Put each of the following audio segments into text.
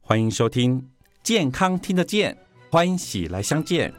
欢迎收听《健康听得见》，欢喜来相见。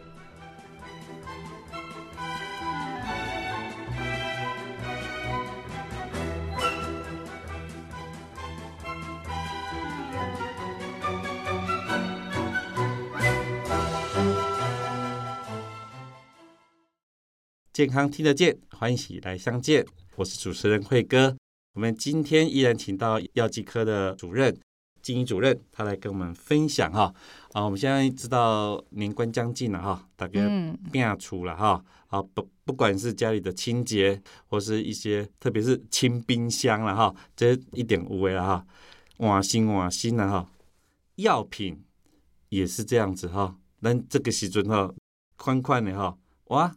健康听得见，欢喜来相见。我是主持人慧哥。我们今天依然请到药剂科的主任金怡主任，他来跟我们分享哈。啊，我们现在知道年关将近了哈，大概嗯，变出了哈啊，不不管是家里的清洁，或是一些特别是清冰箱了哈，这一点无为了哈，换新换新了哈，药品也是这样子哈。咱这个时阵哈，款款的哈，哇，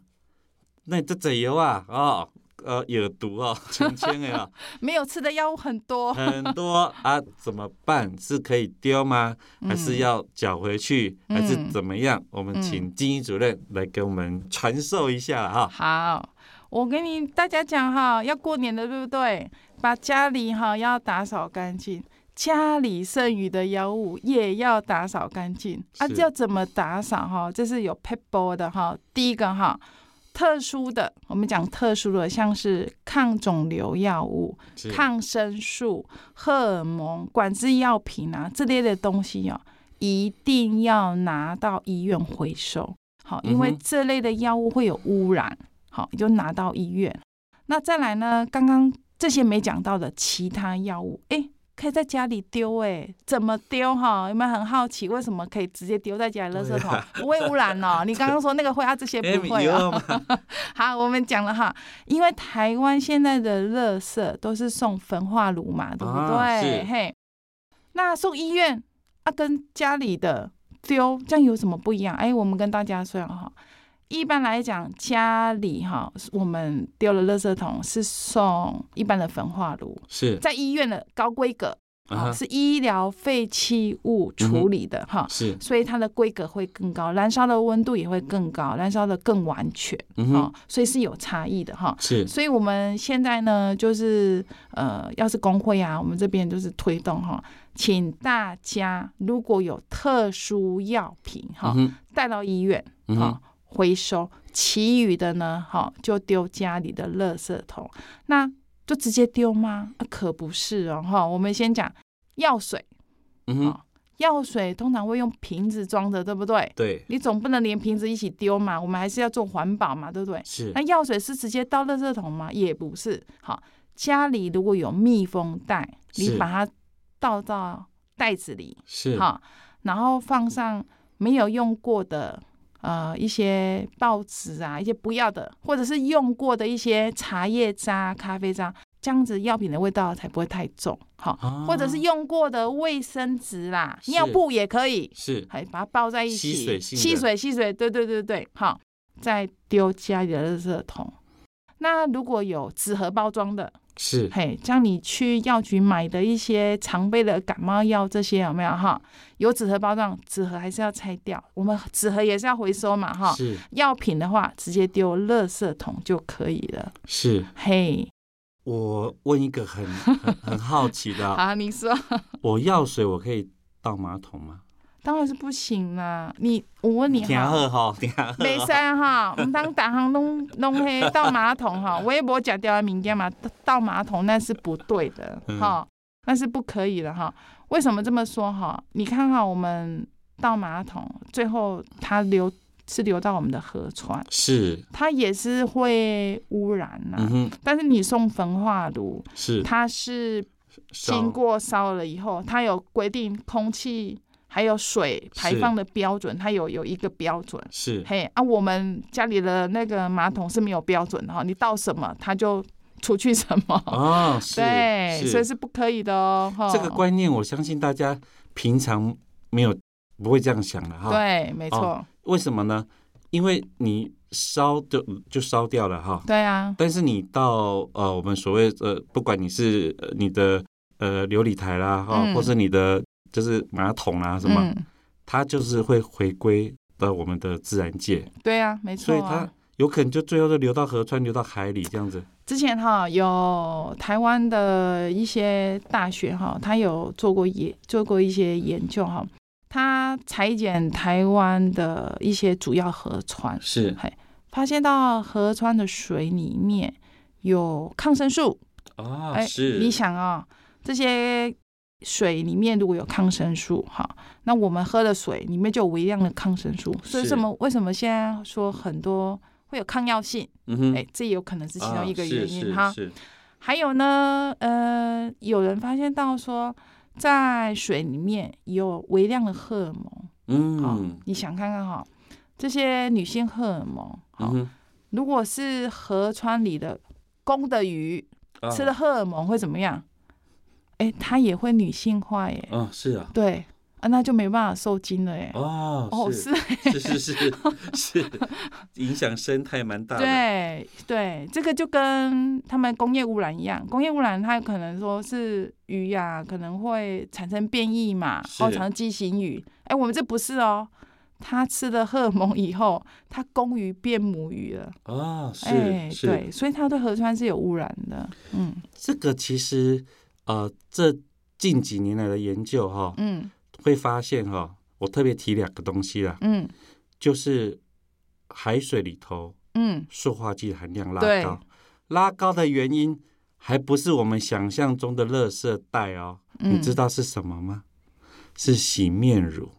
那这怎油啊哦，呃，有毒哦，清清的哦，没有吃的药物很多，很多啊，怎么办？是可以丢吗？还是要缴回去？嗯还是怎么样？我们嗯请金医主任来给我们传授一下哈。好，我跟你大家讲哈，要过年了，对不对？把家里哈要打扫干净，家里剩余的药物也要打扫干净。啊，是要怎么打扫哈？这是有 p e b l 的哈。第一个哈，特殊的，我们讲特殊的，像是抗肿瘤药物、是抗生素、荷尔蒙、管制药品啊这类的东西哦，一定要拿到医院回收。好，因为嗯哼这类的药物会有污染，好，就拿到医院。那再来呢？刚刚这些没讲到的其他药物，诶，可以在家里丢，诶，怎么丢哈？有没有很好奇？为什么可以直接丢在家里垃圾桶？啊不会污染哦。你刚刚说那个会啊，这些哎不会有哦。吗？ 好，我们讲了哈，因为台湾现在的垃圾都是送焚化炉嘛，对不对？啊是嘿，那送医院啊，跟家里的丢这样有什么不一样？哎，我们跟大家说了哈，一般来讲，家里哈，我们丢了垃圾桶是送一般的焚化炉，是在医院的高规格、啊啊，哈，嗯是医疗废弃物处理的哈。是所以它的规格会更高，燃烧的温度也会更高，燃烧的更完全。嗯哼哦，所以是有差异的哈。是所以我们现在呢，就是呃，要是工会啊，我们这边就是推动哈，请大家如果有特殊药品嗯哈，哼带到医院嗯哈哼回收，其余的呢哈就丢家里的垃圾桶。那就直接丢吗？啊可不是哦哈。我们先讲药水，嗯哼哦药水通常会用瓶子装的，对不对？对你总不能连瓶子一起丢嘛，我们还是要做环保嘛，对不对？是那药水是直接倒垃圾桶吗？也不是。好，家里如果有密封袋，是你把它倒到袋子里，是好，然后放上没有用过的呃一些报纸啊，一些不要的，或者是用过的一些茶叶渣、咖啡渣，这样子药品的味道才不会太重。好，啊或者是用过的卫生纸啦，是尿布也可以。是还把它包在一起，吸水性的吸水，吸水，对对对对，好，再丢家里的垃圾桶。那如果有纸盒包装的，是嘿，像你去药局买的一些常备的感冒药这些有没有哈？有纸盒包装，纸盒还是要拆掉，我们纸盒也是要回收嘛哈。是药品的话，直接丢垃圾桶就可以了。是。嘿，我问一个很很很好奇的啊， 好，你说，我药水我可以倒马桶吗？当然是不行啦。你，我问你听哈，好哈，听好。袂使啊哈，毋通逐项拢拢迄倒马桶哈，我也无食掉的物件嘛，倒倒马桶那是不对的嗯哈，那是不可以的哈。为什么这么说哈？你看哈，我们倒马桶最后它流是流到我们的河川，是，它也是会污染呐、嗯哼，但是你送焚化炉，是它是少经过烧了以后，它有规定空气还有水排是放的标准，它有有一个标准。是嘿啊，我们家里的那个马桶是没有标准的哈，你倒什么它就出去什么，哦， 是对，所以是不可以的哦。哈这个观念，我相信大家平常没有不会这样想的哈。对，没错，哦为什么呢？因为你烧就就烧掉了哈，对啊，但是你到呃我们所谓呃，不管你是呃你的呃琉璃台啦哈，嗯或是你的就是马桶啦什么，嗯，它就是会回归到我们的自然界，对啊，没所错啊、以它有可能就最后就流到河川、流到海里这样子。之前哈有台湾的一些大学哈，他有做过研做过一些研究哈，他裁剪台湾的一些主要河川，是发现到河川的水里面有抗生素。啊哎，你想啊、这些水里面如果有抗生素，哈，那我们喝的水里面就有微量的抗生素，所以是什么？为什么现在说很多会有抗药性？嗯哼哎、这也有可能是其中一个原因哈、啊是是是还有呢，呃，有人发现到说，在水里面有微量的荷尔蒙，好、嗯，你想看看哈、这些女性荷尔蒙，嗯好、哼如果是河川里的公的鱼，啊吃了荷尔蒙会怎么样？哎、它也会女性化耶。啊，是啊，对啊，那就没办法受精了耶。哦，哦，是 是，是是是 是，影响生态蛮大的。对对，这个就跟他们工业污染一样，工业污染它有可能说是鱼呀、可能会产生变异嘛，哦，是产生畸形鱼。哎，我们这不是哦，它吃了荷尔蒙以后，它公鱼变母鱼了。啊，哎是，是，对，所以它对河川是有污染的。嗯这个其实呃，这近几年来的研究哈、嗯会发现哈、我特别提两个东西啦，嗯就是海水里头嗯，塑化剂含量拉对高，拉高的原因还不是我们想象中的垃圾袋哦，你嗯知道是什么吗？是洗面乳。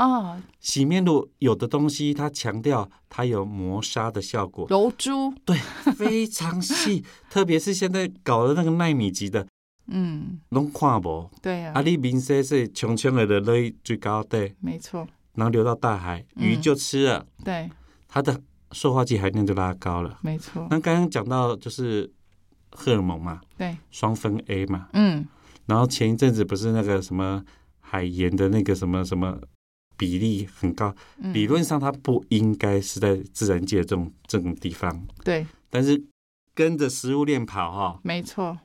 哦，洗面乳有的东西，它强调它有磨砂的效果，柔珠，对，非常 细，特别是现在搞的那个纳米级的，嗯，拢看无。对呀、啊，你明说是穷穷的落去最高底，没错，然后流到大海，嗯鱼就吃了，对，它的塑化剂含量就拉高了。没错，那刚刚讲到就是荷尔蒙嘛，对，双酚 A 嘛，嗯，然后前一阵子不是那个什么海盐的那个什么什么比例很高，嗯理论上它不应该是在自然界这种这种地方，对，但是跟着食物链跑哈、没错，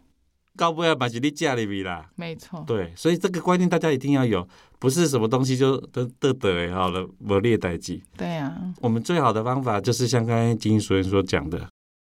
高不要把吉利架里比啦。没错，对，所以这个观念大家一定要有，不是什么东西就得得得哎好了，我列代记。对呀、啊，我们最好的方法就是像刚才金主任所讲的，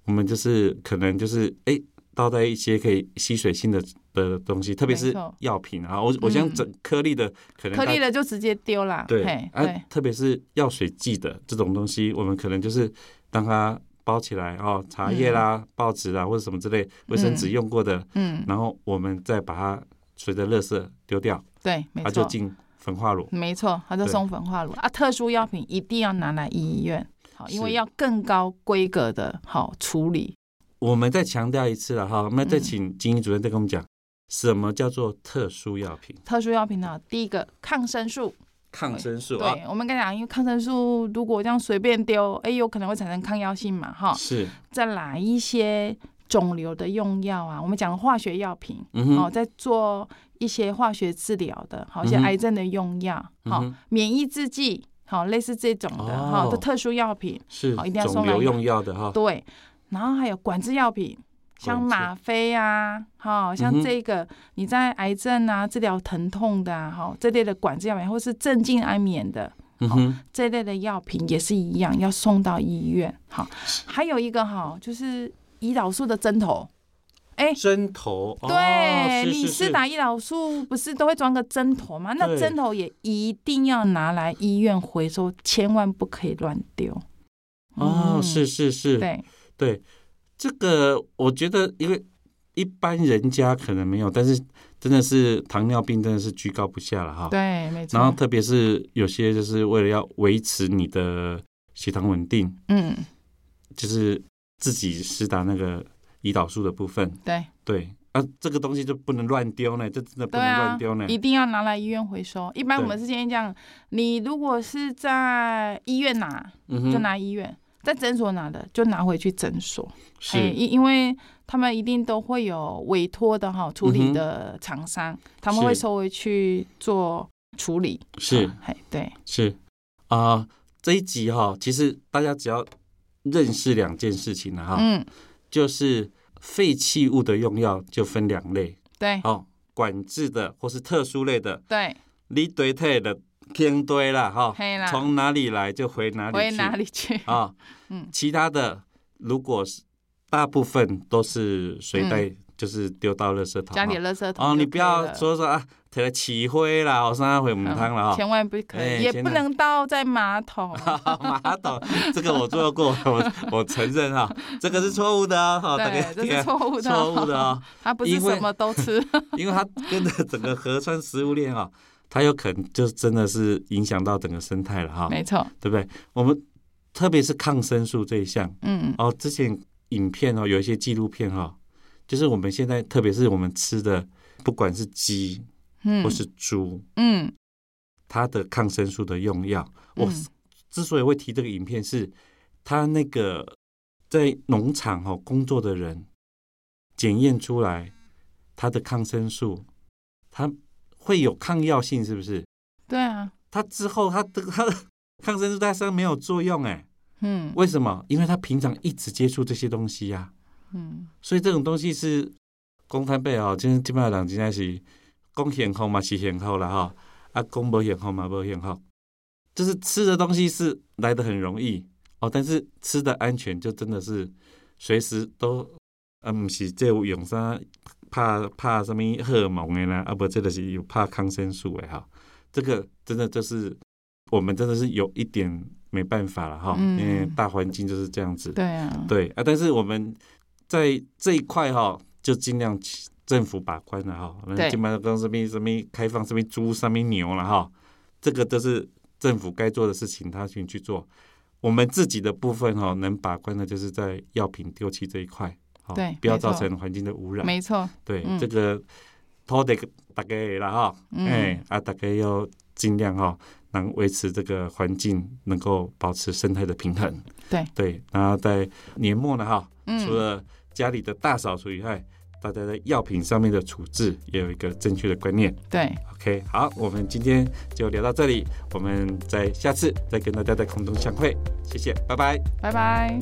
我们就是可能就是哎倒在一些可以吸水性的的东西，特别没是错药品啊，我我想嗯整颗粒的可能颗粒的的就直接丢啦，对嘿啊对，，特别是药水剂的这种东西，我们可能就是让它包起来哦，茶叶啦、报纸啊啦或者什么之类，卫生纸嗯用过的，嗯，然后我们再把它随着垃圾丢掉，对，没它就错，进焚化炉。没错，它就对送焚化炉啊。特殊药品一定要拿来医院，好，因为是要更高规格的好处理，我们再强调一次了哈，我们再嗯请金英主任再跟我们讲，什么叫做特殊药品？特殊药品呢，第一个抗生素，抗生素啊，对我们跟你讲，因为抗生素如果这样随便丢，哎，有可能会产生抗药性嘛，哈，是，再来一些肿瘤的用药啊，我们讲化学药品，嗯哼，哦，在做一些化学治疗的，好、一些嗯哼癌症的用药，嗯好、哼免疫制剂，好、类似这种的，哈、哦的特殊药品，是好一定要肿送来瘤用药的哈，对，然后还有管制药品，像管制吗啡啊，好、嗯像哼这个、你在癌症啊治疗疼痛的啊，哈、这类的管制药品，或是镇静安眠的嗯哼，这类的药品也是一样，要送到医院，好、还有一个哈、就是胰岛素的针头。哎，针头，哦对，是你是打胰岛素不是都会装个针头吗？那对针头也一定要拿来医院回收，千万不可以乱丢。哦，嗯是是是，对，对，这个我觉得因为。一般人家可能没有，但是真的是糖尿病真的是居高不下了哈。对，没错。然后特别是有些就是为了要维持你的血糖稳定，嗯，就是自己施打那个胰岛素的部分。对对啊，这个东西就不能乱丢呢，这真的不对能啊乱丢呢。一定要拿来医院回收。一般嗯对我们是建议这样，你如果是在医院拿，嗯就哼，拿医院；在诊所拿的，就拿回去诊所。是、哎因因为他们一定都会有委托的哈处嗯理哼的厂商，他们会是收回去做处理。是啊，哎，对，是啊、这一集哈、其实大家只要认识两件事情了哈，嗯，就是废弃物的用药就分两类，对哦，管制的或是特殊类的，对你对退的坑堆啦，哈嘿啦，从哪里来就回哪里回去哪里去？啊。 嗯其他的如果是大部分都是随带，就是丢到垃圾桶嗯 家里哈的垃圾桶哦，你就不可以要了说说啊，提了起灰啦，哦我上回母嗯汤了哈。千万不可哎以，也千不万能倒在 马桶。马桶，哦这个我做过，我我承认哈，这个是错误的哦，哈，大家 对，这听是啊错误的，错误的哦。他不是因为什么都吃。因为它跟着整个河川食物链啊、它有可能就真的是影响到整个生态了哈、 没错，对不对？我们特别是抗生素这一项嗯，哦，之前影片哦，有一些纪录片哈、就是我们现在特别是我们吃的，不管是鸡嗯或是猪，嗯它的抗生素的用药，我嗯之所以会提这个影片是，它那个在农场哦工作的人检验出来，它的抗生素，它会有抗药性，是不是？对啊，它之后它的它的抗生素在它身上没有作用，哎，嗯为什么？因为它平常一直接触这些东西呀、嗯，所以这种东西是公摊背哦，今基本上真正是讲健康嘛是健康啦哈，啊讲无健康嘛无健康，就是吃的东西是来的很容易哦，但是吃的安全就真的是随时都啊，毋是这有用啥怕怕什么荷尔蒙的啦，啊不，这个是有怕抗生素的哈，这个真的就是我们真的是有一点没办法了哈，嗯因为大环境就是这样子。对啊，对啊，但是我们在这一块哈、就尽量去政府把关了哈、那对基本上跟什么什么开放什么猪什么牛了哈、这个都是政府该做的事情，他去去做。我们自己的部分哈、能把关的就是在药品丢弃这一块，哦对不要没错造成环境的污染。没错，对，嗯这个拖得大家的啦哈，哎、嗯啊，大家要尽量哈、能维持这个环境，能够保持生态的平衡。对对，然后在年末呢哈、除嗯，了家里的大扫除以外，大家在药品上面的处置也有一个正确的观念。对， OK，好，我们今天就聊到这里，我们在下次再跟大家在空中相会，谢谢，拜拜。拜拜。